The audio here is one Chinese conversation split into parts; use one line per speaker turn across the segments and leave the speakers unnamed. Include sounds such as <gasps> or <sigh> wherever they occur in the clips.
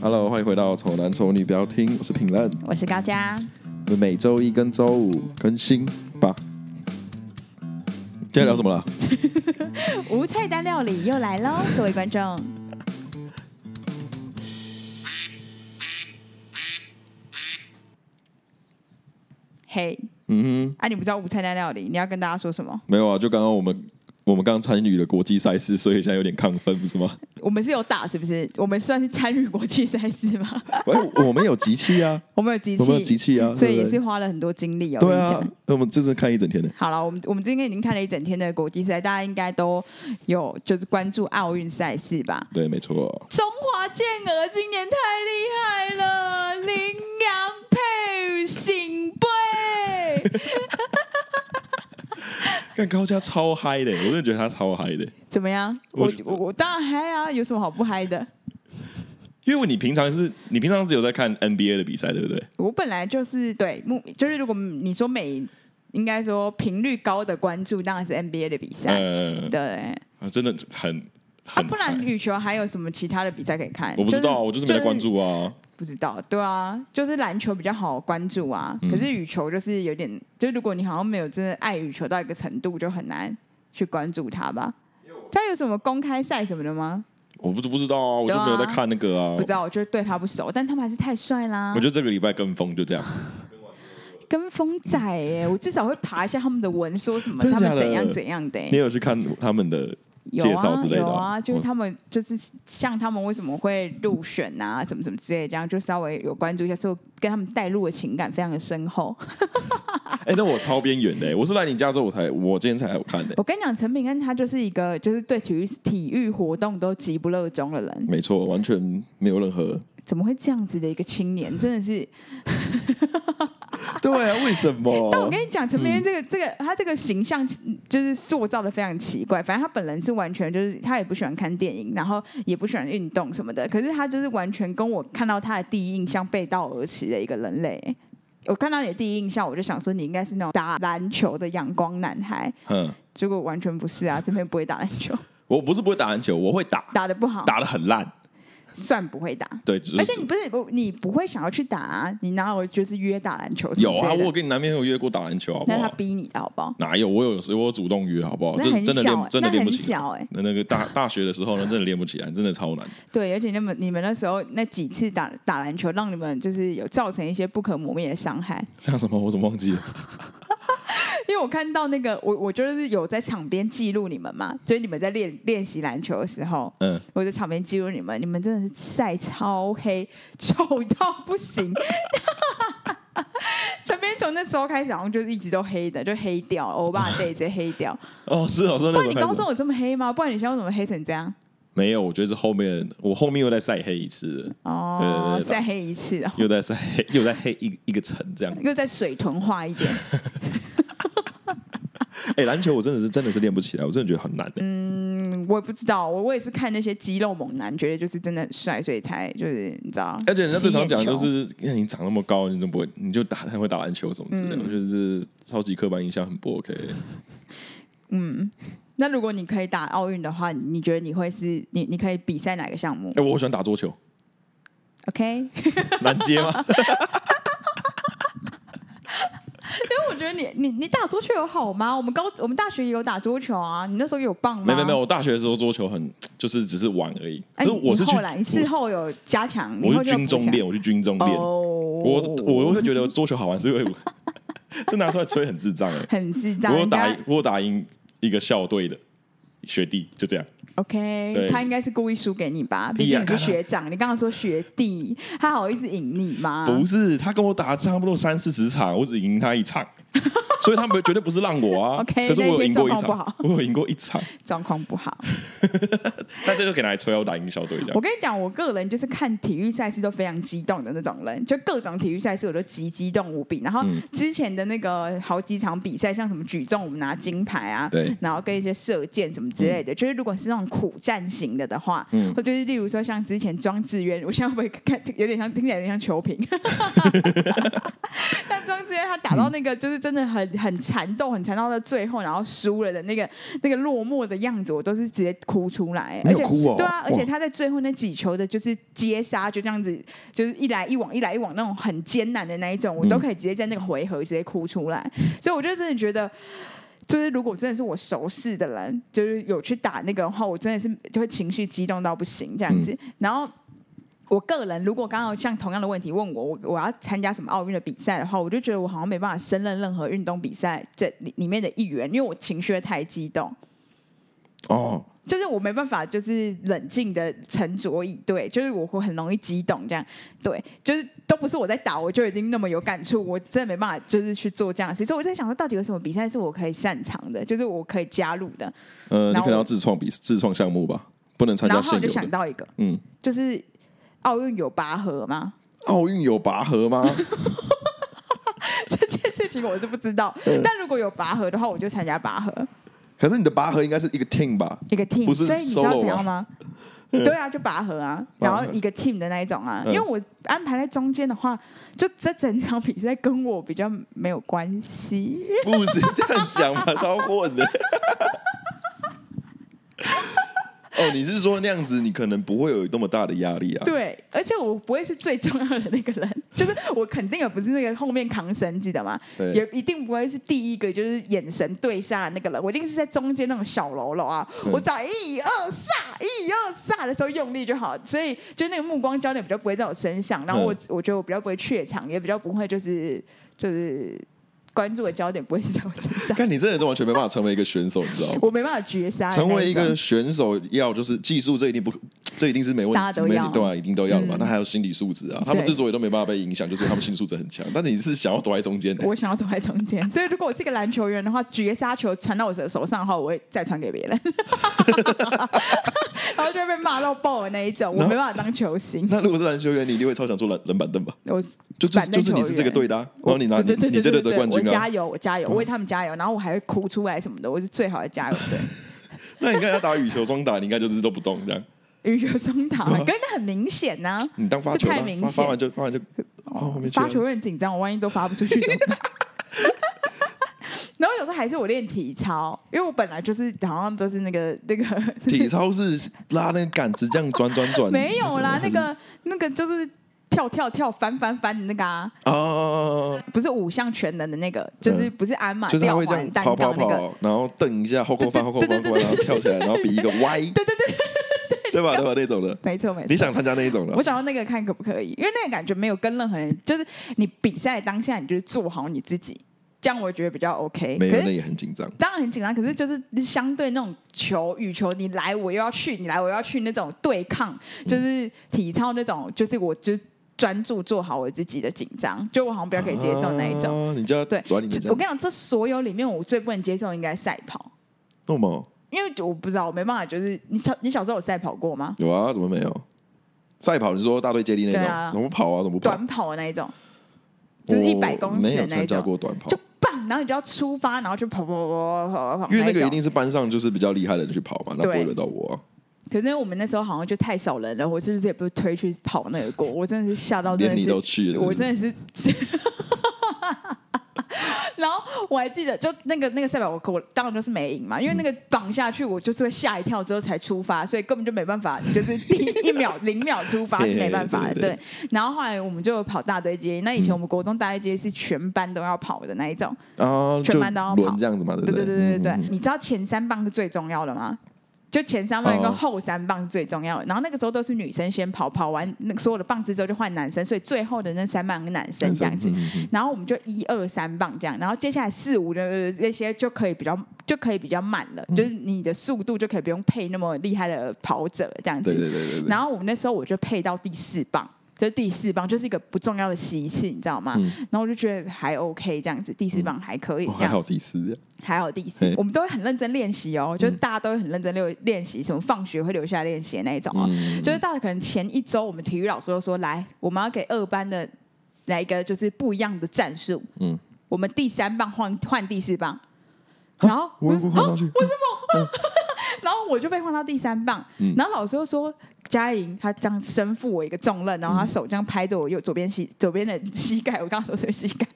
Hello，欢迎回到《丑男丑女》，不要听，我是品任。
我是高佳，
我们每周一跟周五更新吧。今天聊什么了？
无菜单料理又来喽，各位观众。嘿、
嗯
啊，你不知道无菜单料理，你要跟大家说什么
哼？，没有啊，就刚刚我们我们刚参与了国际赛事，所以现在有点亢奋，不是吗？
我们是有打是不是？我们算是参与国际赛事吗？
<laughs>
<laughs>
喂，我们有集气啊，
我们有集气，
我们有集气啊，
<laughs> 所以
对
也
不对
是花了很多精力哦。
<laughs> 对
我跟你
啊
讲。，
我们这次看一整天的，
好了，我们我们今天已经看了一整天的国际赛，大家应该都有就是关注奥运赛事吧？
对，没错，
中华健儿今年太厉害了，羚羊配醒杯， <laughs>
看高家超嗨的，我真的觉得他超嗨的，
怎么样？
我
我我我当然嗨啊，有什么好不嗨的？
因为你平常是你平常只有在看 NBA 的比赛，对不对？
我本来就是对，目就是如果你说每应该说频率高的关注，当然是 NBA 的比赛，
呃，
对
啊真的很
啊，
很嗨，
不然羽球还有什么其他的比赛可以看？
我不知道啊，我就是没在关
是
注啊。
不知道，对啊，就是篮球比较好关注啊，
嗯
可是羽球就是有点，就如果你好像没有真的爱羽球到一个程度，就很难去关注它吧。它有什么公开赛什么的吗？
我不不知道啊，我就没有在看那个啊。
不知道，我就对他不熟，但他们还是太帅啦
我觉，得这个礼拜跟风就这
<laughs>
样，
跟风仔哎、
<laughs>
我至少会爬一下他们的文，说什么
真的
他们
假的
怎样怎样的、欸
你。有去看他们的？
有
介绍
啊
之，类的
有
啊
啊，就
我
是他们就是像他们为什么会入选啊，什么什么之类的，这样就稍微有关注一下，所以我跟他们带入的情感非常的深厚。啊
哎、那我超边缘的、欸我是来你家之后我才，我今天才有看的、
我跟你讲，陈炳恩他就是一个就是对体育体育活动都极不热衷的人，
没错，完全没有任
<laughs>
何。
怎么会这样子的一个青年？真的是，
对啊，为什么？
但我跟你讲，陈炳恩这个、这个他这个形象就是塑造的非常奇怪。反正他本人是完全就是他也不喜欢看电影，然后也不喜欢运动什么的，可是他就是完全跟我看到他的第一印象背道而驰的一个人类。我看到你的第一印象，我就想说你应该是那种打篮球的阳光男孩，
嗯，
结果完全不是啊！这边不会打篮球，
我不是不会打篮球，我会打，
打的不好，
打的很烂。
算不会打。
对，就是、
啊而且你不是不你不会想要去打、啊，你哪有就是约打篮球什么
有啊，
之类
我
的
有跟你男朋友约过打篮球，好不
那他
好？
逼你的好不好？
哪有？我有时我有主动约，好不好？
那
这
很
真的
小、
练
欸，
真的
那
练不
很
起来。
小哎、
那那个大大学的时候呢，真的练不起来，真的超难。
对，而且你们你们那时候那几次打打篮球，让你们就是有造成一些不可磨灭的伤害。 <laughs>
像什么？我怎么忘记了？
因为我看到那个，我我就是有在场边记录你们嘛，就是你们在练练习篮球的时候，
嗯，
我在场边记录你们，你们真的是晒超黑，丑到不行。 <laughs> 陈边从那时候开始，好像就是一直都黑的，就黑掉，欧巴这一直黑掉。
哦，是哦，是哦 <laughs> 那时
不然
候
你
开始
高中有这么黑吗？不然你现在为什么黑成这样？
没有，我觉得是后面我后面又再晒黑一次了，
哦
对对，对
再黑一次哦，
又再晒黑， <laughs> 又再黑一一个层这样。
又再水豚化一点。 <laughs>
哎、篮球我真的是真的是练不起来，我真的觉得很难、欸。
嗯，我也不知道，我我也是看那些肌肉猛男，觉得就是真的很帅，所以才就是你知道。
而且人家最常讲
吸
就
眼球
是，哎你长那么高，你怎么不会，你就打很会打篮球什么之类的，
嗯
我觉得是超级刻板印象，很不 OK。
嗯。那如果你可以打奥运的话，你你觉得你会是你你可以比赛哪个项目
哎、我好喜欢打桌球，
？OK，因
难接
<laughs>
吗？
为我觉得你你你打桌球有好吗？我们高我们大学也有打桌球啊，你那时候有棒吗？
没没没有，，我大学的时候桌球很就是只是玩而已，可
啊哎、
是
你
我是
你
去
后来你事后有加强，你
我
后
是
就有
军
补
中
强
练，我去军中练，
哦，
我我会觉得桌球好玩，是因为我这拿出来吹很智障哎、
<laughs> 很智障。
我有
人家
打我有打赢一个校队的学弟，就这样。对
OK，他应该是故意输给你吧？毕竟你是学长，你刚刚说学弟，他好意思赢你吗？
不是，他跟我打差不多三四十场，我只赢他一
<laughs>
场，所以他们绝对不是让我啊。
OK，
可是我有赢过
那一天状况不
场
好，
我有赢过一场，
状况不好。
但这就可以拿来吹我打赢小队这
我
样。
跟你讲，我个人就是看体育赛事都非常激动的那种人，就各种体育赛事我都极激动无比。然后
嗯
之前的那个好几场比赛，像什么举重我们拿金牌啊，
对，
然后跟一些射箭什么之类的，就是如果是那种苦战型的的话，
嗯
或者是例如说像之 <laughs> 前庄智渊，我现在会不会看有点像听起来有点像球评，但庄张志愿他打到那个就是真的很很缠斗，很缠斗到最后，然后输了的那个那个落寞的样子，我都是直接哭出来，
你
而
有
且
哭哦
对啊，而且
哇
他在最后那几球的就是接杀，就这样子，就是一来一往，一来一往那种很艰难的那一种，我都
嗯
可以直接在那个回合直接哭出来，所以我就真的觉得。就是如果真的是我熟识的人，就是有去打那个的话，我真的是就会情绪激动到不行这样子。
嗯
然后我个人如果刚刚像同样的问题问我，我我要参加什么奥运的比赛的话，我就觉得我好像没办法胜任任何运动比赛这里里面的一员，因为我情绪会太激动。
哦，
就是我没办法，就是冷静的沉着以对，就是我会很容易激动，这样对，就是都不是我在打，我就已经那么有感触，我真的没办法，就是去做这样的事。所以我在想说，到底有什么比赛是我可以擅长的，就是我可以加入的。
呃，你
然后
可能要自创比自创项目吧，不能参加
然后
现
我就
有
想
的。
到一个，
嗯，
就是奥运有拔河吗？ <laughs>
奥运有拔河吗？
这件事情我是不知道，但如果有拔河的话，我就参加拔河
可是你的拔河应该是一个 team 吧？
一个 team，
不是
所以你知道
solo 啊
怎
<laughs>
样吗？对啊，就拔河啊，然后
拔河
一个 team 的那一种啊，
嗯
因为我安排在中间的话，就这整场比赛跟我比较没有关系。
不行，这样讲吧，超混的。 <laughs> 哦，你是说那样子，你可能不会有那么大的压 <laughs> 力啊？
对，而且我不会是最重要的那个人， <laughs> 就是我肯定也不是那个后面扛绳子的嘛，
对
也一定不会是第一个就是眼神对杀的那个人，我一定是在中间那种小喽啰啊，
嗯
我找一二杀一二杀的时候用力就好，所以就那个目光焦点比较不会在我身上，然后我、
嗯
我觉得我比较不会怯场，也比较不会就是就是关注的焦点不会是在我身
<laughs>
上，
看你真的是完全没办法成为一个选手，你知道吗？
我没办法绝杀的那种，
成为一个选手要就是技术，这一定不，这一定是没问题，
大家都要
没对啊，一定都要的嘛。
嗯
那还有心理素质啊，他们
对
之所以都没办法被影响，就是因为他们心理素质很强。但你是想要躲在中 <laughs> 间的，
我想要躲在中间，所以如果我是一个篮球员的话，绝杀球传到我的手上的话，我会再传给别
<laughs>
人，然后就会被骂到爆的那一种，我
然后
没办法当球星。
那如果是篮球员，你一定会超想做冷冷板凳吧？
我
就就
板凳
就是你
球
是
员
这个队的啊、然后你拿你
对对对
你
对
这
对
队
对，
得冠军
我
啊
加！油，我加油，我为他们加油，然后我还会哭出来什么的，我是最好的加油队。
那你跟人家打羽球双打，你应该就是都不动这样。
羽球双打，
对啊
跟的很明显呐、
你当发球吧
这太明，
发
显
发完就发完就哦，后面去了
发球会很紧张，我万一都发不出去怎么
<laughs>
办？然后有时候还是我练体操，因为我本来就是好像都是那个那个
体操是拉那个杆子这样转转转，
<laughs> 没有啦，那
嗯
个那个就是跳跳跳翻翻翻的那个啊，
哦，
不是五项全能的那个，就是不是鞍马
嗯就是他
吊
会这样
环单
跑跑
杠那个。
跑，然后蹬一下后空翻后空翻后空翻，然后跳起来，然后比一个歪，对对对，对吧对吧那种的，
没错没
你
错，
想参加那一种的
我，想要那个看可不可以，因为那个感觉没有跟任何人，就是你比赛当下你就是做好你自己，这样我觉得比较 OK。
没有
可
那
是
也很紧张。
当然很紧张，可是就是相对那种球羽球，你来我又要去，你来我又要去那种对抗，
嗯
就是体操那种，就是我就是专注做好我自己的紧张，就我好像比较可以接受那一种。
啊，你就要
对，
转你的这
就我
样
跟，你讲，这所有里面我最不能接受应该是赛跑，
那么
因为我不知道，我没办法，就是你小你小时候有赛跑过吗？
有啊，怎么没有？赛跑你说大队接力那
对啊
种，怎么跑啊？怎么跑？
短跑的那一种，就是100公尺
我没有
那一
参加
种
过短跑
就，棒，然后你就要出发，然后就跑跑跑跑跑跑跑，
因为那个
种
一定是班上就是比较厉害的人去跑嘛，那不
对
会轮到我啊。
可是因为我们那时候好像就太少人了，我是不是也不推去跑那个过？我真的是吓到，真的
连你
是
都去了是不是
我真的是。 <laughs> 然后我还记得，就那个那个赛跑，我我当然就是没赢
嗯
嘛，因为那个绑下去，我就是会吓一跳之后才出发，所以根本就没办法，就是第一一秒零秒出发是没办法
<laughs>
的。
对对对
对，然后后来我们就跑大堆接力，那以前我们国中大堆接力是全班都要跑的那一种，
啊，
全
就
班都要跑
轮这样子嘛，对不
对对
对
对对对对
嗯嗯嗯
你知道前三棒是最重要的吗？就前三棒跟后三棒是最重要的。然后那个时候都是女生先跑，跑完那个所有的棒子之后就换男生，所以最后的那三棒跟男生这样子。
嗯嗯嗯
然后我们就一二三棒这样，然后接下来四五的那些就可以比较就可以比较慢了，
嗯
就是你的速度就可以不用配那么厉害的跑者这样子。
对对对对对。
然后我们那时候我就配到第四棒，就是第四棒就是一个不重要的习气，你知道吗？
嗯
然后我就觉得还 OK 这样子，第四棒还可以
哦
这
还
样。
好哎第四，
还有第四
嘿，
我们都会很认真练习哦，
嗯
就是大家都会很认真练练习，什么放学会留下来练习的那一种哦，
嗯
就是大概可能前一周，我们体育老师就说，来，我们要给二班的来一个就是不一样的战术，
嗯，
我们第三棒换换第四棒，然后
啊我
我
也不
就说
会
哦
上去，
然后我就被换到第三棒，
嗯
然后老师又说嘉莹她这样身
嗯
负我一个重任，然后她手这样拍着我右左边膝左边的膝盖，我刚刚说是膝盖，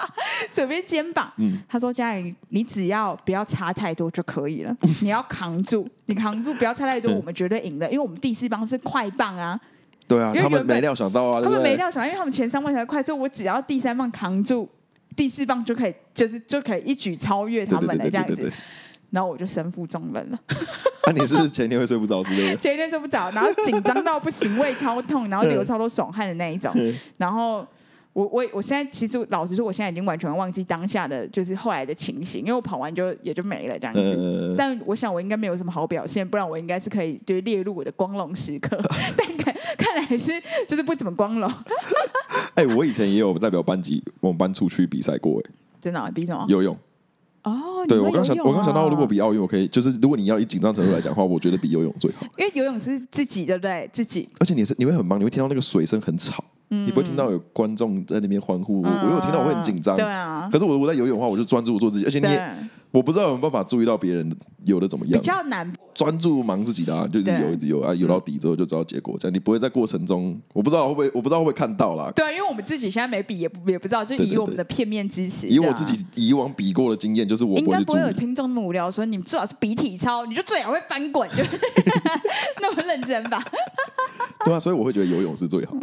<laughs> 左边肩膀。
嗯
他说：“佳颖，你只要不要差太多就可以了，你要扛住，你扛住，不要差太多，
<laughs> 嗯
我们绝对赢的，因为我们第四棒是快棒啊，
对啊，
因为
他们
原本
没料想到啊，
他
对
们
不
没
对？
料想，因为他们前三棒才快，所以我只要第三棒扛住，第四棒就可以，就是就可以一举超越
对
他
对
们
对
了，这
对
样
对对
子。”然后我就身负重任
<laughs>
了，
啊，你是前天会睡不着之类
<laughs>
的。
前一天睡不着，然后紧张到不行，胃超痛，然后流超多手汗的那一种。然后我我我现在其实老实说，我现在已经完全忘记当下的就是后来的情形，因为我跑完就也就没了这样子。
呃，
但我想我应该没有什么好表现，不然我应该是可以就是列入我的光荣时
<laughs>
刻。但看看来是就是不怎么光荣，
哎、我以前也有代表班级，我们班出去比赛过、哎，
真的、啊、比什么？
游泳。
哦，你
对
会
我刚想
游，泳
我刚想到，
啊
如果比奥运，我可以，就是如果你要以紧张程度来讲的话，我觉得比游泳最好。
因为游泳是自己对不对？自己
而且你是你会很忙，你会听到那个水声很吵，你不会听到有观众在那边欢呼。我我有听到，我会很紧张
对。啊，
可是我我在游泳的话，我就专注做自己，而且你也
对，啊
我不知道有没有办法注意到别人游的怎么
比
样，
较难。
专注忙自己的、啊，就一直
对嗯
游一直游啊，游到底之后就知道结果。这样你不会在过程中，我不知道会不会，我不知道会不会看到啦。
对，因为啊我们自己现在没比，也不也不知道，就
对对
以我们的片面之词，
以我
对啊
自己以往比过的经验，就是我
应
不会
该
去
不
注
会有
意。
听众那么无聊，说你们最好是比体操，你就最好会翻滚， <laughs> 就那么认真吧。
对啊，所以我会觉得游泳是最好的。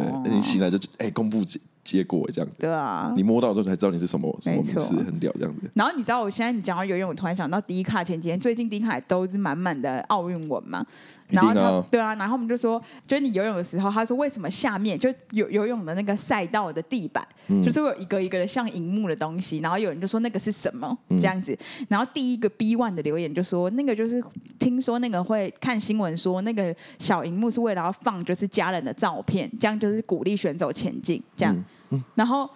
对，
哦
那你醒来就哎、公布结结果这样子。
对啊
你。摸到之后才知道你是什么什么
没
名
错
词，很屌这样子。
然后你知道我现在你讲到游泳，我突然想到迪卡前几天，最近迪卡都是满满的奥运文嘛。
一定
然
啊
后他、对啊，然后我们就说，就是你游泳的时候，他说为什么下面就游游泳的那个赛道的地板，
嗯
就是会有一个一个的像荧幕的东西，然后有人就说那个是什么、
嗯
这样子，然后第一个 B one 的留言就说那个就是听说那个会看新闻说那个小荧幕是为了要放就是家人的照片，这样就是鼓励选手前进这样，
嗯
然后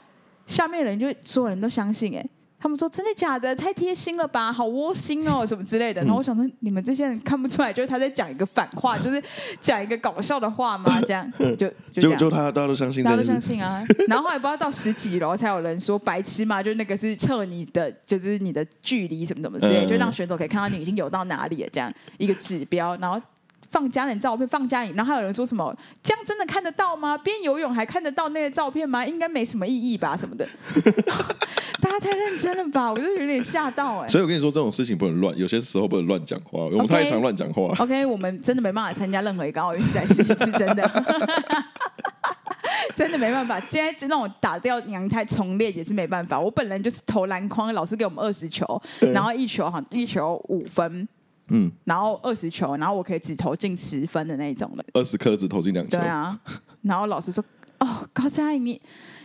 下面人就所有人都相信哎、欸他们说真的假的，太贴心了吧，好窝
<laughs>
心哦，什么之类的。
嗯
然后我想说，你们这些人看不出来，就是他在讲一个反话，就是讲一个搞笑的话吗？这样就就这
结果
样
就大家大家都相信
大家
这
都
件
相
事，<laughs>
信啊。然后后来不知道到十几楼才有人说白痴嘛，就那个是测你的，就是你的距离什么什么之类，
嗯
就让选手可以看到你已经游到哪里了这样一个指标，然后。放家人照片，放家人，然后还有人说什么这样真的看得到吗？边游泳还看得到那个照片吗？应该没什么意义吧，什
<laughs>
么的。大家太认真了吧，我就有点吓到哎、
所以我跟你说这种事情不能乱，有些时候不能乱讲话，我们
OK
太常乱讲 <laughs> 话。
OK，我们真的没办法参加任何一个奥运赛事，是真的， <laughs> 真的没办法。现在让我打掉娘胎重练也是没办法。我本人就是投篮框，老师给我们二十球，然后一球好像一球五分，
嗯，
然后二十球，然后我可以只投进十分的那一种的。
二十颗只投进两球
对，啊，然后老师说：“哦，高佳颖，你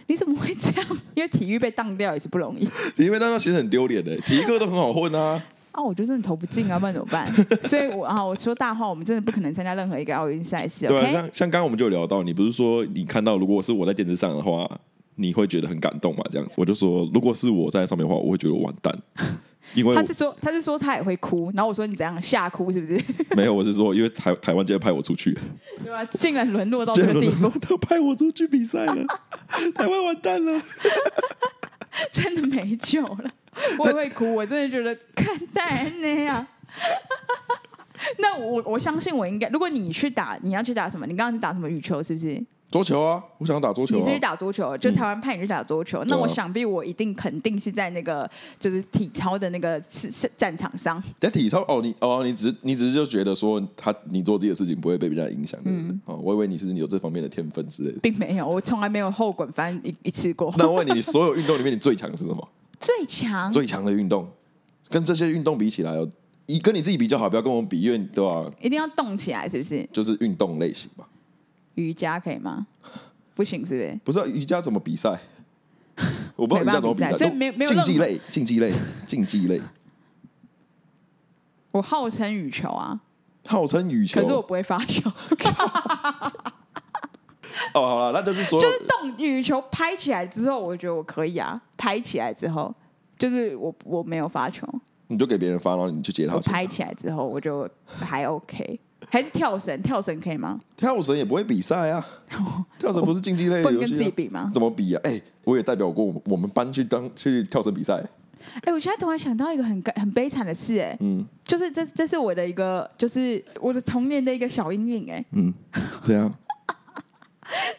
你怎么会这样？因为体育被当掉也是不容易。”
因为那那其实很丢脸的，体育课都很好混啊。
啊，我就真的投不进啊，不然怎么办？所以我啊，我说大话，我们真的不可能参加任何一个奥运赛事。
对啊，
OK，
像像刚刚我们就有聊到，你不是说你看到如果是我在电视上的话，你会觉得很感动嘛？这样子，我就说如果是我站在上面的话，我会觉得我完
<laughs>
蛋，因为
他
我
是说，他是说他也会哭，然后我说你怎样吓哭是不 <laughs> 是？
没有，我是说因为台台湾竟然派我出
<laughs>
去， <laughs>
对吧、竟然沦落到
竟
这
然
个地步，
他派我出去比赛了，台湾完蛋了。
真的没救了。我也会哭，我真的觉得看待那样。啊 <laughs> 那我我相信我应该，如果你去打，你要去打什么？你刚刚去打什么羽球是不是？
<laughs> 桌球啊，我想打桌球、
你
啊。
是去打桌球，就台湾派你去打桌球。那我
对啊
想必我一定肯定是在那个就是体操的那个是是战场上。
但体操哦，你哦，你只是你只是就觉得说他你做自己的事情不会被别人影响，对
嗯
不对？哦，我以为你是你有这方面的天分之类的。
并没有，我从来没有后滚翻一一次过。
那我问你，你所有运动里面你最强是什么？
最强
最强的运动，跟这些运动比起来哦，你跟你自己比较好，不要跟我们比，因为对吧、
一定要动起来，是不是？
就是运动类型嘛，
瑜伽可以吗？不行，是不是？
不是、啊、瑜伽怎么比赛？ <laughs> 我不知道瑜伽怎么比赛，
没办法比赛所以没有没有
竞技
任何
类，竞技类，竞技类，
我号称羽球啊，
号称羽球。
可是我不会发
<laughs>
球，
哦，好了，那就是说
就是动羽球拍起来之后，我觉得我可以啊，拍起来之后，就是我我没有发球，
你就给别人发，然后你去接他
我
的球。
拍起来之后我就还 OK，还是跳绳，跳绳可以吗？
跳绳也不会比赛啊，
<laughs>
跳绳不是竞技类
不
的
能
游
跟
戏、啊，
自己比吗？
怎么比啊？哎、我也代表过我们班去当去跳绳比赛，啊
哎、我现在突然想到一个很尴很悲惨的事、哎，
嗯
就是这这是我的一
嗯
个，就是我的童年的一个小阴影、哎，
嗯，这样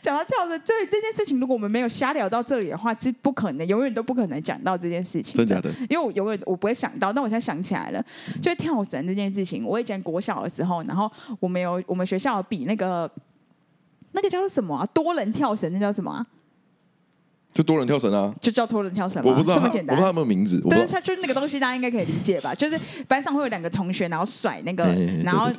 讲到跳的这这件事情，如果我们没有瞎聊到这里的话，是不可能，永远都不可能讲到这件事情。
真假
<laughs>
的？
因为我永远我不会想到，但我现在想起来了，就是跳绳这件事情。我以前国小的时候，然后我们有我们学校有比那个那个叫做什么、啊、多人跳绳，那叫什么、啊？
就多人跳绳啊！
就叫多人跳绳吗？
我不知道
这
他，我
么
不
简
知道
单。
他们的名字，我不知
对，
道。
他就是那个东西，大家应该可以理解吧？就是班上会有两个同学，然后甩那个
哎哎哎，
然后
对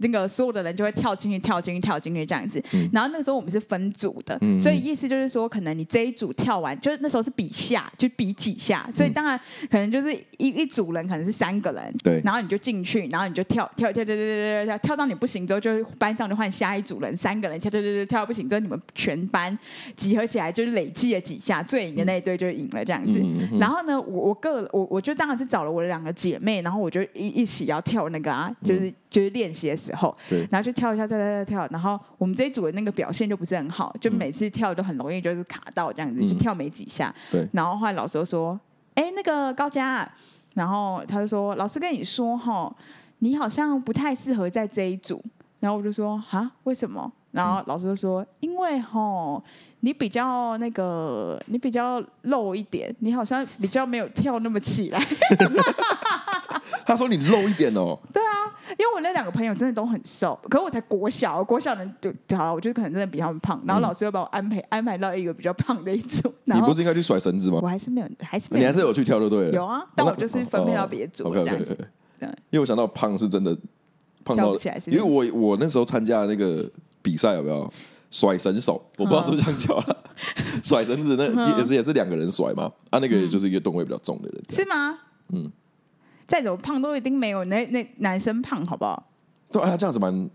那个所有的人就会跳进去、跳进去、跳进去这样子
嗯。
然后那个时候我们是分组的
嗯，
所以意思就是说，可能你这一组跳完，就是那时候是比下，就比几下，所以当然可能就是一一组人可能是三个人，
对
然后你就进去，然后你就跳跳跳跳跳跳跳跳，跳到你不行之后，就班上就换下一组人，三个人跳跳跳跳跳到不行之后，你们全班集合起来就是累计了几下，最赢的那一队就赢了这样子。
嗯嗯嗯
然后呢，我我个我我就当然是找了我的两个姐妹，然后我就一一起要跳那个啊，就是、就是练习的时候，
对，
然后就跳一下跳跳跳跳，然后我们这一组的那个表现就不是很好，就每次跳都很容易就是卡到这样子，
嗯
就跳没几下。
对
然后后来老师就说：“哎，那个高佳。”然后他就说：“老师跟你说哈，你好像不太适合在这一组。”然后我就说：“啊，为什么？”然
嗯
后老师就说：“因为吼，你比较那个，你比较露一点，你好像比较没有跳那么起来。”
他说你露一点哦，
因为我那两个朋友真的都很瘦，可是我才国小，国小人就好了，我就可能真的比他们胖。然后老师又把我安排安排到一个比较胖的一组，
嗯你
然
不
后
是应该去甩绳子吗
我？还是没有，还是没
你
有，
还是哦有去跳就对了。
有啊但我就是分配到别的组
OK
这
OK
样子
OK。
对
因为我想到胖是真的胖
跳
到
不起来是，
因
不是
为我我那时候参加那个比赛有没有甩绳手？我不知道是不是这样叫啦，
嗯
<laughs> 甩绳子那也是也是两个人甩嘛，啊，那个也就是一个吨位比较重的人。
是吗？
嗯，
再怎么胖都一定没有那那男生胖，好不好？
对啊，这样子蛮。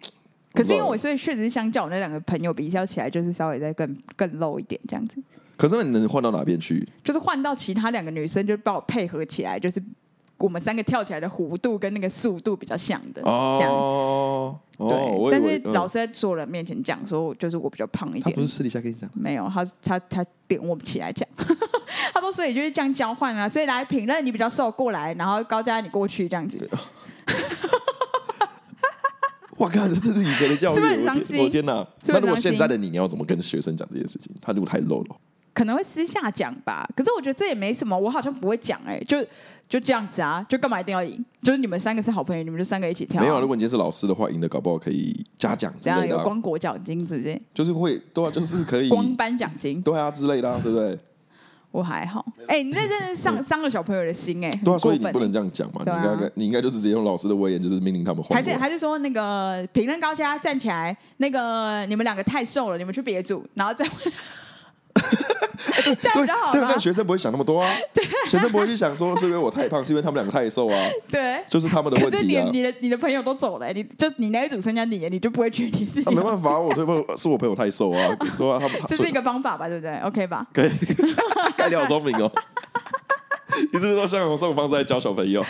可是因为
不
我
知道
所以确实相较我那两个朋友比较起来，就是稍微再更更露一点这样子，
可是那你能换到哪边去？
就是换到其他两个女生就把我配合起来，就是我们三个跳起来的弧度跟那个速度比较像的呃这样。
哦哦，
对，
我以
但
为
是老
嗯
师在所有人面前讲说，就是我比较胖一
他
点
不，是私底下跟你讲，
没有，他他他点我们起来讲， <laughs> 他说所以就是这样交换啊，所以来评论你比较瘦过来，然后高佳你过去这样子，
哇靠，这是以前的教育，
是不是很
我的
伤
天
心
我的天哪！
是
那
不是很
如果
伤
现
心
在的你，你要怎么跟学生讲这件事情？他如果太 low 了，
可能会私下讲吧。可是我觉得这也没什么，我好像不会讲哎、就就这样子啊，就干嘛一定要赢？就是你们三个是好朋友，你们就三个一起跳、
没有啊。如果你今天是老师的话，赢的搞不好可以嘉奖之
这样
类的
有
啊，
光国奖金是不是？
就是会对啊，就是可以
光颁奖金
对啊之类的啊，对不对？
我还好，哎、你这真的是伤伤了小朋友的心哎、欸，
对啊，
很
所以
过
你
分
不
欸
能这样讲嘛，你
对啊
应该你应该就是直接用老师的威严，就是命令他们换
还
过
是
来。
还是说那个评论高家站起来，那个你们两个太瘦了，你们去别组，然后再
<laughs>
<laughs> 这样
对
比较好
对啊，这
吗
样？学生不会想那么多啊，学生不会去想说是因为我太胖，是因为他们两个太瘦啊，
对。
就是他们的问
可是
题
你
啊。
你的你的朋友都走了、你就你那一组剩下你，你就不会觉得你是
啊，没办法，我对朋是我朋友太瘦啊，对啊，他们
<laughs> 这是一个方法吧，对不对？OK 吧？ <laughs>
可以，该你好聪明哦。你是不是都像用这种方式在教小朋友？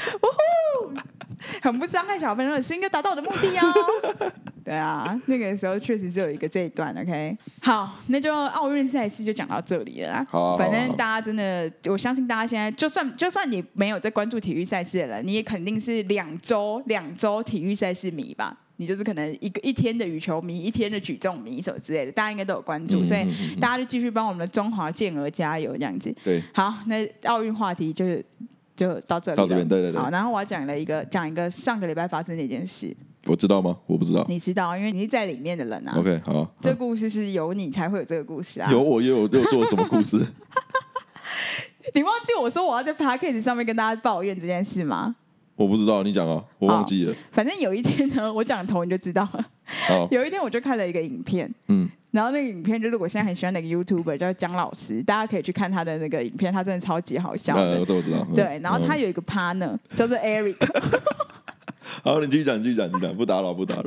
很不伤害小朋友的心，就达到我的目的哦。 <laughs> 对啊，那个时候确实只有一个这一段。OK，好，那就奥运赛事就讲到这里了啦。
好啊
反
好啊好
正
啊
大家真的，我相信大家现在，就算就算你没有在关注体育赛事的人，你也肯定是两周两周体育赛事迷吧。你就是可能一个一天的羽球迷，一天的举重迷什么之类的，大家应该都有关注，
嗯
所以
嗯嗯嗯
大家就继续帮我们的中华健儿加油这样子。
对，
好，那奥运话题就是就到这里了，
到这边对对对
啊好，然后我要讲了一个讲一个上个礼拜发生的一件事，
我知道吗？我不知道。
你知道，因为你是在里面的人啊。
哦 OK，好啊，
这故事是有你才会有这个故事啊！
有我又有又做了什么故
<laughs>
事？
你忘记我说我要在 p a c k a g e 上面跟大家抱怨这件事吗？
我不知道，你讲啊，我忘记了。
反正有一天呢，我讲头你就知道了。
好，
有一天我就看了一个影片，
哦嗯，
然后那个影片就是我现在很喜欢的一个 YouTuber 叫姜老师，大家可以去看他的那个影片，他真的超级好笑的。
呃，这我知道。嗯
对，然后他
嗯
有一个 partner 叫做 Eric，
好，你继续讲，你继续讲，你继续讲，不打扰，不打扰。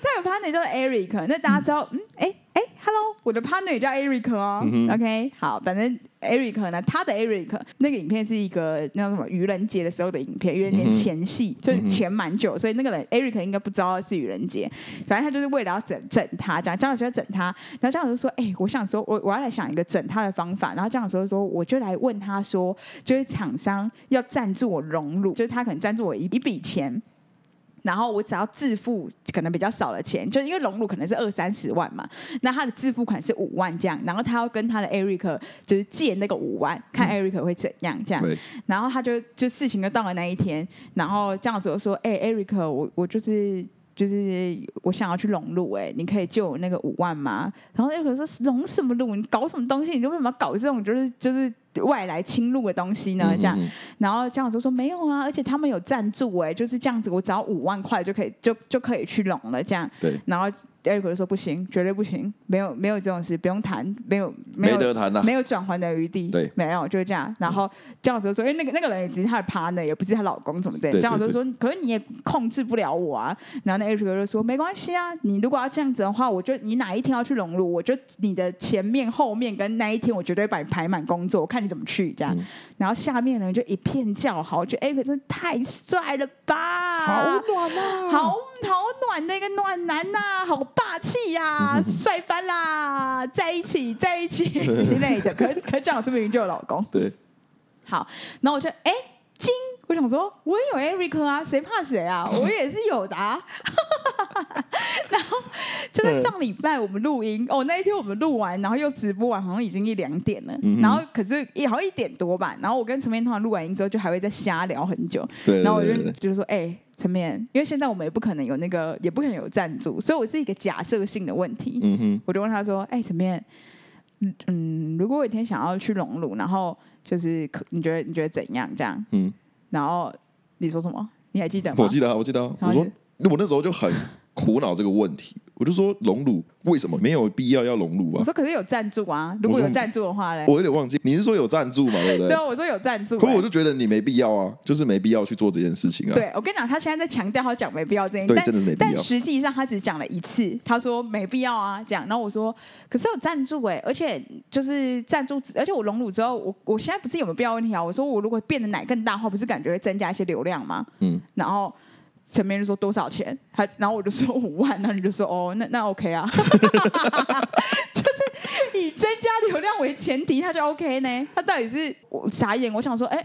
他有 partner 叫 Eric，那大家知道，嗯，哎、哎、h e l l o 我的 partner 也叫 Eric 哦、
嗯哼
o k 好，反正 Eric 呢，他的 Eric 那个影片是一个那叫什么愚人节的时候的影片，愚人节前戏、
嗯
就是前蛮久，所以那个人 Eric 应该不知道是愚人节，反正他就是为了要整整他，这样姜老师要整他，然后姜老师说，哎、我想说，我我要来想一个整他的方法，然后姜老师就说，我就来问他说，就是厂商要赞助我荣辱，就是他可能赞助我一一笔钱。然后我只要自付可能比较少的钱，就因为荣辱可能是二三十万嘛，那他的自付款是五万这样，然后他要跟他的 Eric 就是借那个五万，看 Eric 会怎样这样，
对，
然后他就就事情就到了那一天，然后这样子我说，哎、e r i c 我我就是。就是我想要去融路、哎，你可以借我那个五万吗？然后 Eric 说融什么路？你搞什么东西？你为什么要搞这种就是就是外来侵入的东西呢？这样，
嗯嗯
然后这样子说没有啊，而且他们有赞助哎、就是这样子，我只要五万块就可以就就可以去拢了这样。
对，
然后 Eric 就说不行，绝对不行，没有没有这种事，不用谈，没有
没
没有
得谈了，
没有转圜的余地，
啊对嗯
没有就是这样。然后这样子就说，因为哎那个那个人也只是她的 partner，也不是她老公怎么的。
对
这样我就说，可是你也控制不了我啊。然后那 Eric 就说，没关系啊，你如果要这样子的话，我就你哪一天要去融入，我就你的前面、后面跟那一天，我绝对把你排满工作，我看你怎么去这样。
嗯
然后下面的人就一片叫好，我觉得 Eric 真的太帅了吧，
好暖啊，
好好暖的一个暖男呐、好霸气呀、帅翻啦， <laughs> 在一起，在一 <laughs> 起之类的。可可这样，我这明明就有老公。
对，
好，然后我就哎，金，我想说，我也有 Eric 啊，谁怕谁 <laughs> 啊？我也是有的、啊。 <laughs> 然后就在上礼拜我们录音，哦，那一天我们录完，然后又直播完，好像已经一两点了。
嗯哼
然后可是也好像一点多吧。然后我跟陈明通常录完音之后，就还会再瞎聊很久。
对，
然后我就
对对对
就是说，哎、陈明，因为现在我们也不可能有那个，也不可能有赞助，所以我是一个假设性的问题。
嗯哼，
我就问他说，哎、陈明，嗯嗯，如果我有一天想要去隆乳，然后就是可你觉得你觉得怎样这样？
嗯，
然后你说什么？你还记得吗？
我记得啊，我记得啊，
然
我
后
说我那时候就很苦恼这个问题，我就说隆乳为什么没有必要要隆乳
我
啊？
说可是有赞助啊，如果有赞助的话嘞，
我有点忘记，你是说有赞助嘛，对不
对
对
啊，？我说有赞助、
可我
欸。
就觉得你没必要啊，就是没必要去做这件事情啊。
对，我跟你讲，他现在在强调他讲没必要这件事，
对
但
真的是没必要
但实际上他只讲了一次，他说没必要啊，这样。然后我说，可是有赞助哎、而且就是赞助，而且我隆乳之后，我我现在不是有没有必要问题啊？我说我如果变得奶更大的话，不是感觉会增加一些流量吗？
嗯，
然后陈明就说多少钱？他然后我就说 <laughs> 五万，然后你就说哦，那那 OK 啊， <laughs> 就是以增加流量为前提，他就 OK 呢？他到底是我傻眼？我想说，哎、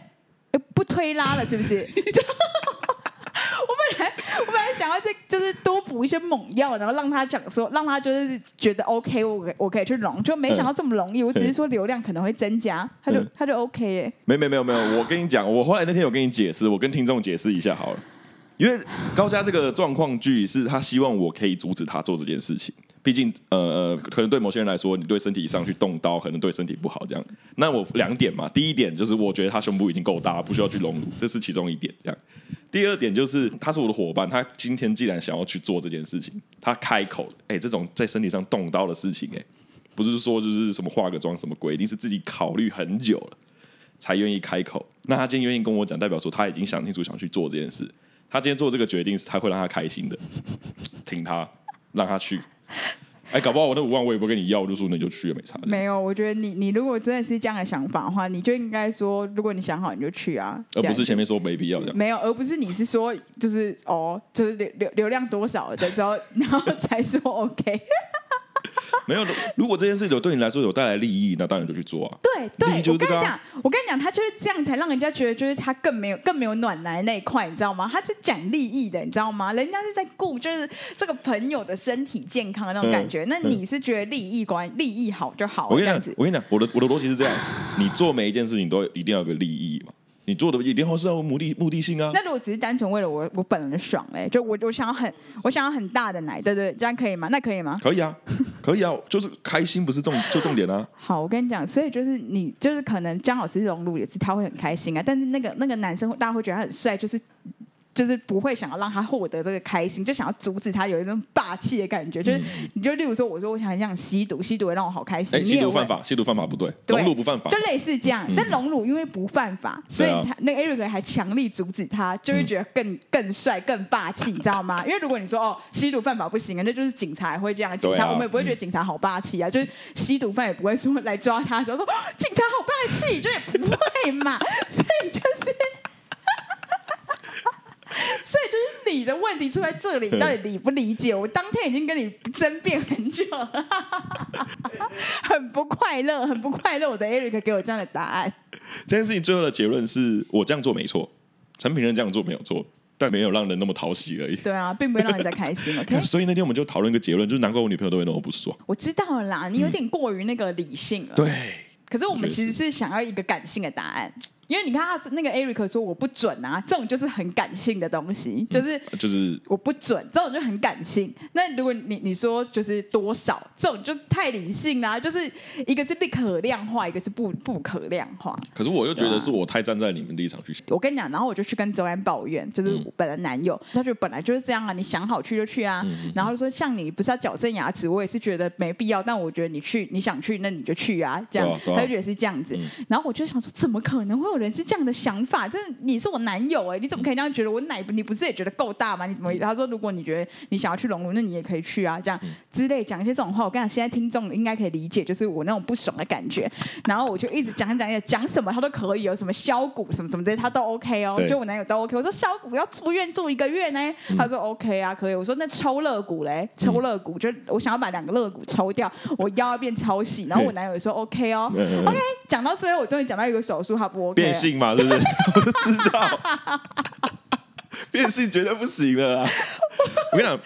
哎不推拉了是不是？就我本来我本来想要再就是多补一些猛药，然后让他讲说，让他就是觉得 OK，我可我可以去融，就没想到这么容易。我只是说流量可能会增加，他就
嗯
他就 OK 耶、
没没没有没有，我跟你讲，我后来那天有跟你解释，我跟听众解释一下好了。因为高嘉这个状况剧是他希望我可以阻止他做这件事情，毕竟呃呃，可能对某些人来说，你对身体上去动刀，可能对身体不好这样。那我两点嘛，第一点就是我觉得他胸部已经够大，不需要去隆乳，这是其中一点这样。第二点就是他是我的伙伴，他今天既然想要去做这件事情，他开口了，哎、这种在身体上动刀的事情、哎，不是说就是什么化个妆什么鬼，一定是自己考虑很久了。才愿意开口。那他今天愿意跟我讲，代表说他已经想清楚想去做这件事。他今天做这个决定是他会让他开心的，挺他，让他去。哎、搞不好我那五万我也不跟你要，我就说那你就去了，没差。
没有，我觉得你你如果真的是这样的想法的话，你就应该说，如果你想好你就去啊，
而
这
不
样
是前面说没必要这样。
没有，而不是你是说就是哦，就是流流流量多少的时候，然后才说 OK。
没有，如果这件事有对你来说有带来利益，那当然就去做啊。
<laughs> 对对，
你就
我
这
跟
个
你
啊
讲，我跟你讲，他就是这样才让人家觉得就是他更没有更没有暖男那一块，你知道吗？他是讲利益的，你知道吗？人家是在顾就是这个朋友的身体健康的那种感觉，那你是觉得利益关利益好就好，
嗯我跟
这
你
样
讲
子，。
我跟你讲，我的我的逻辑是这样：你做每一件事情都一定要有个利益嘛，你做的一定要是要有目的目的性啊。
那如果只是单纯为了我我本人的爽嘞，就我我想要很我想要很大的奶，对对，对这样可以吗？那可以吗？
可以啊，可以啊，就是开心不是重就重点啊。
好，我跟你讲，所以就是你就是可能姜老师融入也是他会很开心啊，但是那个那个男生大家会觉得他很帅，就是。就是不会想要让他获得这个开心，就想要阻止他有一种霸气的感觉。就是，你就例如说，我说我想很想吸毒，吸毒会让我好开
嗯
心。
哎、
你
吸
也
毒
会
犯法，吸毒犯法不对，
对
龙乳不犯法嗯
就。类似这样。但荣辱因为不犯法，所以
对啊
他那个 Eric 还强力阻止他，就会觉得更更帅、更霸气，你知道吗？因为如果你说哦，吸毒犯法不行啊，那就是警察也会这样，警察、
对啊
我们也不会觉得警察好霸气啊， <laughs> 就是吸毒犯也不会说来抓他的时候说、哦、 <gasps> 警察好霸气，就也不会 <laughs> 嘛，所以就是。 <laughs> 所以就是你的问题出在这里，你到底理不理解？我当天已经跟你争辩很久了， <laughs> 很不快乐，很不快乐。我的 Eric 给我这样的答案，
这件事情最后的结论是我这样做没错，陈品人这样做没有错，
但没有让人那么讨喜而已。
对啊，并不会让人家开心。OK，
所以那天我们就讨论一个结论，就是难怪我女朋友都会那么不爽。
<laughs> 我知道了啦，你有点过于那个理性
啊
了。
对，
可是我
我
们
觉
其
得
实是想要一个感性的答案，因为你看他那个 Eric 说我不准啊，这种就是很感性的东西，就是
就是
我不准，这种就很感性。那如果你你说就是多少，这种就太理性啦、就是一个是可量化，一个是不不可量化。
可是我又觉得是我太站在你们立场去想，
我跟你讲，然后我就去跟周安抱怨，就是我本来男友，他就本来就是这样啊，你想好去就去啊。
嗯
嗯
然后就说像你不是要矫正牙齿，我也是觉得没必要，但我觉得你去，你想去那你就去啊，这样、
对啊对啊
他就觉得是这样子。然后我就想说，怎么可能会有人是这样的想法？真的，你是我男友哎、你怎么可以这样觉得？我奶你不是也觉得够大吗？你
嗯
怎么？他说如果你觉得你想要去熔炉，那你也可以去啊，这样之类讲一些这种话。我跟你讲，现在听众应该可以理解，就是我那种不爽的感觉。然后我就一直讲讲讲讲什么他都可以哦，什么削骨什么什么的他都 OK 哦
对，
就我男友都 OK。我说削骨要住院住一个月呢，
嗯
他说 OK 啊，可以。我说那抽肋骨嘞，抽肋骨就我想要把两个肋骨
<laughs>
抽掉，我腰要变超细。然后我男友也说 OK 哦
嗯嗯嗯
，OK。讲到最后，我终于讲到一个手术，他不 OK
变
了。
性
<laughs>
嘛，对不对？我就知道， <laughs> 变性绝对不行了啦。我跟你讲，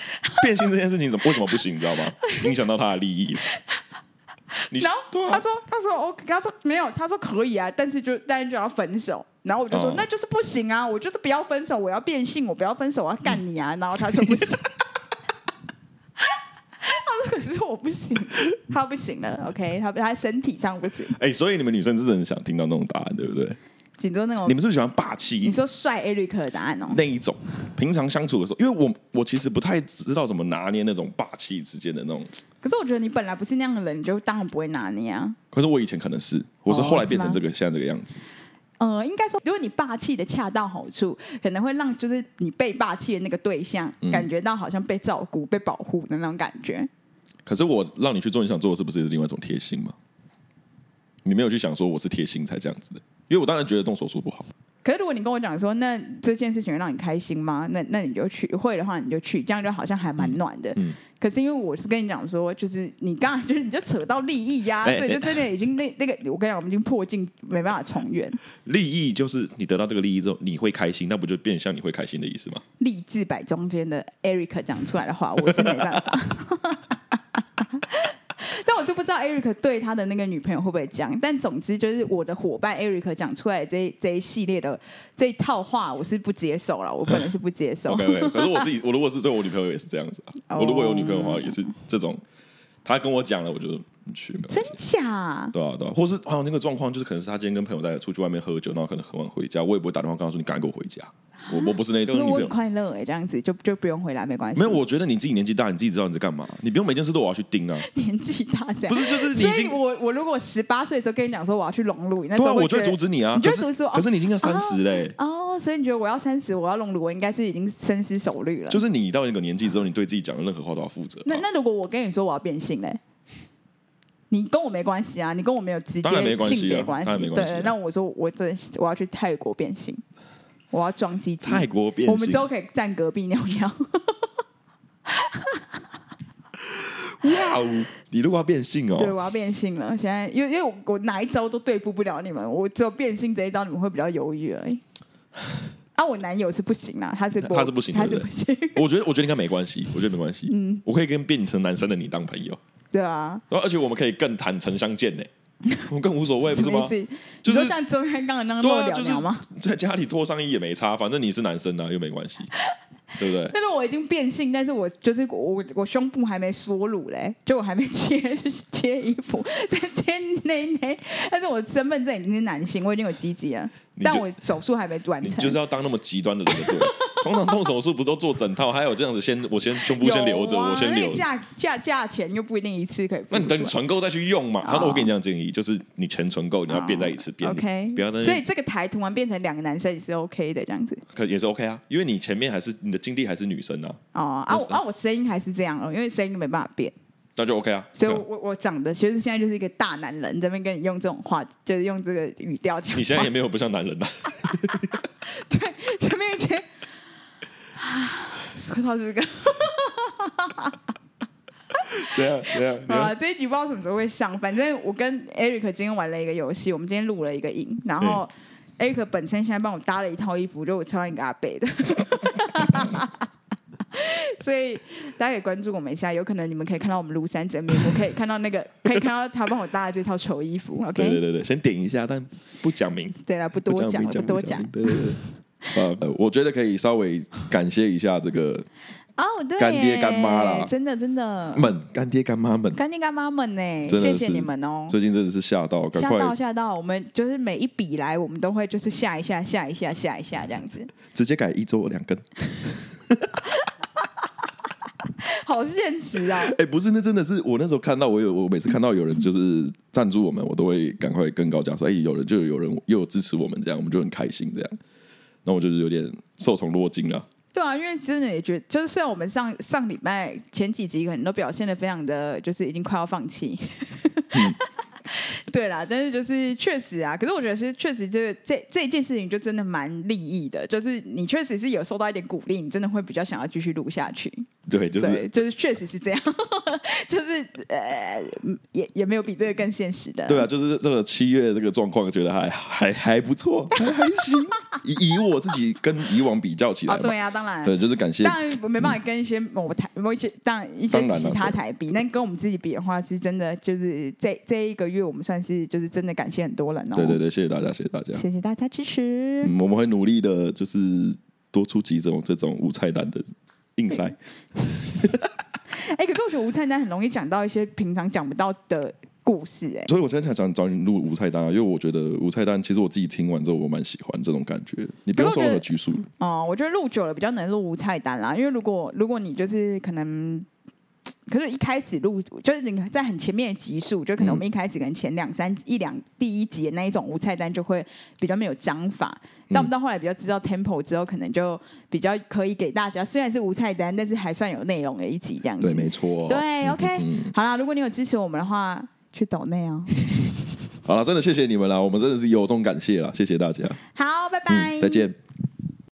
变性这件事情怎么为什么不行，你知道吗？影响到他的利益。你
然后
对啊
他说：“他说 OK，他说没有，他说可以啊，但是就但是就要分手。”然后我就说：“
哦
那就是不行啊，我就是不要分手，我要变性，我不要分手，我要干你
嗯
啊。”然后他说：“
<laughs>
不行。”他说：“可是我不行，他不行了，OK，他他身体上不行。
哎、所以你们女生真的很想听到那种答案，对不对？
你说那种
你们是不是喜欢霸气？
哦你说帅 Eric 的答案哦，
那一种，平常相处的时候，因为我我其实不太知道怎么拿捏那种霸气之间的那种，
可是我觉得你本来不是那样的人，你就当然不会拿捏啊。
可是我以前可能是，我是
哦
后来变成
是
这
吗
个、现在这个样子。
呃，应该说，如果你霸气的恰到好处，可能会让就是你被霸气的那个对象、感觉到好像被照顾、被保护的那种感觉。
可是我让你去做你想做的事，不是也是另外一种贴心吗？你没有去想说我是贴心才这样子的，因为我当然觉得动手术不好，
可是如果你跟我讲说，那这件事情会让你开心吗？那那你就去，会的话你就去，这样就好像还蛮暖的。
嗯
可是因为我是跟你讲说，就是你刚刚就是你就扯到利益呀、 <laughs>
哎
所以就真的已经那那个，我跟你讲，我们已经破镜没办法重圆，
利益就是你得到这个利益之后你会开心，那不就变相你会开心的意思 <laughs> 吗？
利字摆中间的 Eric 讲出来的话，我是没办法。 <laughs> 但我就不知道 Eric 对他的那个女朋友会不会讲，但总之就是我的伙伴 Eric 讲出来的这一这一系列的这一套话，我是不接受了，我本人是不接受
OK，, o k 可是我自己，我如果是对我女朋友也是这样子啊，
哦
我如果有女朋友的话也是这种，她跟我讲了，我就嗯去没关系
真假？
对啊，对啊，或是还有那个状况，就是可能是他今天跟朋友在出去外面喝酒，然后可能很晚回家，我也不会打电话跟他说你赶快给我回家。我我不是那
可
种
是
女
我
朋
很
友，
快乐哎、这样子就就不用回来没关系。
没有，我觉得你自己年纪大，你自己知道你在干嘛，你不用每件事都我要去盯啊。
年纪大这样，
不是，就是你已
所以
经
我我如果十八岁的时候跟你讲说我要去龙路，你那时
对
候
啊，
会
我就会
觉得
阻止你啊。
你就
可
会
是
阻止我
可是你已经要三十嘞，
哦，所以你觉得我要三十，我要龙路，我应该是已经深思熟虑了。
就是你到那个年纪之后，你对自己讲的任何话都要负责啊。
那那如果我跟你说我要变性嘞，你跟我没关系啊，你跟我没有直接
当然没关系啊
性别关
当然
系。
没关系啊
对，那我说我真的是我要去泰国变性，我要装鸡鸡。
泰国变
我们之
性哦
后，可以站隔壁尿尿。
哇哦，你如果要变性
<laughs> 对，
哦，
我要变性了。现在因为因为我我哪一招都对付不了你们，我只有变性这一招你们会比较犹豫
<sighs>
而已。啊，我男友是不行啦，他是
他是不行
他是
对不
不行，
我觉得我觉得应该没关系，我觉得没关系。嗯，我可以跟变成男生的你当朋友，
对啊。
然后而且我们可以更坦诚相
<laughs>
见呢，我更无所谓，不 <laughs> 是
什么
吗
意？思？
就
你
是
说像周渊刚刚那样
对
漏
啊，
聊
就是
聊吗？
在家里脱上衣也没差，反正你是男生啊，又没关
<laughs>
系，对不对？
但是我已经变性，但是我就是我我我胸部还没缩乳嘞，就我还没切切衣服， <laughs> 但切内内，但是我身份证已经是男性，我已经有鸡鸡了
你，就
但我手术还没完
你
成。
就是要当那么极端的人，对了。通常动手术不都做整套？还有这样子先，我先胸部先留着，
<laughs> 有啊
我先
那
留
个
着。
价价价钱又不一定一次可以付出
那
来。
你等你存够再去用嘛。然后那我
哦
给你这样建议，就是你钱存够，你要变在一次变
哦
你
OK，
不要在那
所以这个台突然变成两个男生也是 OK 的这样子。
可也是 OK 啊，因为你前面还是你的经历还是女生啊，
哦啊
那是
我啊我声音还是这样哦，因为声音没办法变，
那就 OK 啊。
所以
对
我
啊
我我长得其实现在就是一个大男人，这边跟你用这种话，就是用这个语调讲话。
你现在也没有不像男人啊，
对，前面一前， <sighs> 说到这个
<laughs> 对啊对
<laughs>
啊对
啊，
啊。
这一集不知道什么时候会上。反正我跟 Eric 今天玩了一个游戏，我们今天录了一个影，然后 Eric 本身现在帮我搭了一套衣服，就我穿一个阿北的。 <laughs> 所以大家也关注我们一下，有可能你们可以看到我们庐山真面目，可以看到那个，可以看到他帮我搭的这套丑衣服。
对对
OK，
对对，先点一下，但不讲明，
对了，不多
不
讲了，
不
不
不
多
讲
讲
明。。对对对，
<laughs> 呃，我觉得可以稍微感谢一下这个
哦，对耶，
干爹干妈啦
真的真的，
们干爹干妈们，
嗯干爹干妈们呢，
真的
谢
是
谢你们哦。
最近真的是吓到，赶
吓
快
到吓到，我们就是每一笔来，我们都会就是下一下下一下下一下这样子，
直接改一周两根。
好现实啊！
<laughs> 哎、不是，那真的是我那时候看到，我有我每次看到有人就是赞助我们，我都会赶快跟高家说，哎、有人就有人又有支持我们，这样我们就很开心，这样。那我就是有点受宠若惊啊，
对啊，因为真的也觉得，就是虽然我们上上礼拜前几集可能都表现的非常的，就是已经快要放弃。
嗯
<laughs> 对啦，但是就是确实啊，可是我觉得是确实这这这一件事情就真的蛮利益的，就是你确实是有受到一点鼓励，你真的会比较想要继续录下去。
对，就是
对，就是确实是这样， <laughs> 就是呃，也也没有比这个更现实的。
对啊，就是这个七月这个状况，觉得还还还不错，还还行。以以我自己跟以往比较起来
啊，
嘛，
对啊，当然，
对，就是感谢
当然我没办法跟一些某台、某一些当然一些
当然了
其他
对
台比，但跟我们自己比的话，是真的就是这这一个月，我们算是就是真的感谢很多人哦。
对对对，谢谢大家，谢谢大家。
谢谢大家支持。
嗯，我们会努力的，就是多出几种这种无菜单的硬塞。
哎、可是我觉得无菜单很容易讲到一些平常讲不到的故事、哎，
所以我现在想找你录无菜单啊，因为我觉得无菜单，其实我自己听完之后，我蛮喜欢这种感觉。你不用受任何拘束，
哦、我觉得录久了比较能录无菜单啦，因为如果如果你就是可能。可是，一开始录就是你在很前面的集数，就可能我们
嗯
一开始可能前两三一两第一集的那一种无菜单就会比较没有章法，
嗯
但我们到后来比较知道 tempo 之后，可能就比较可以给大家虽然是无菜单，但是还算有内容的一集这样子。
对，没错。
嗯对，OK，、
嗯
好啦，如果你有支持我们的话，去抖内哦。
好了，真的谢谢你们啦，我们真的是由衷感谢啦，谢谢大家。
好，拜拜，
嗯，再见。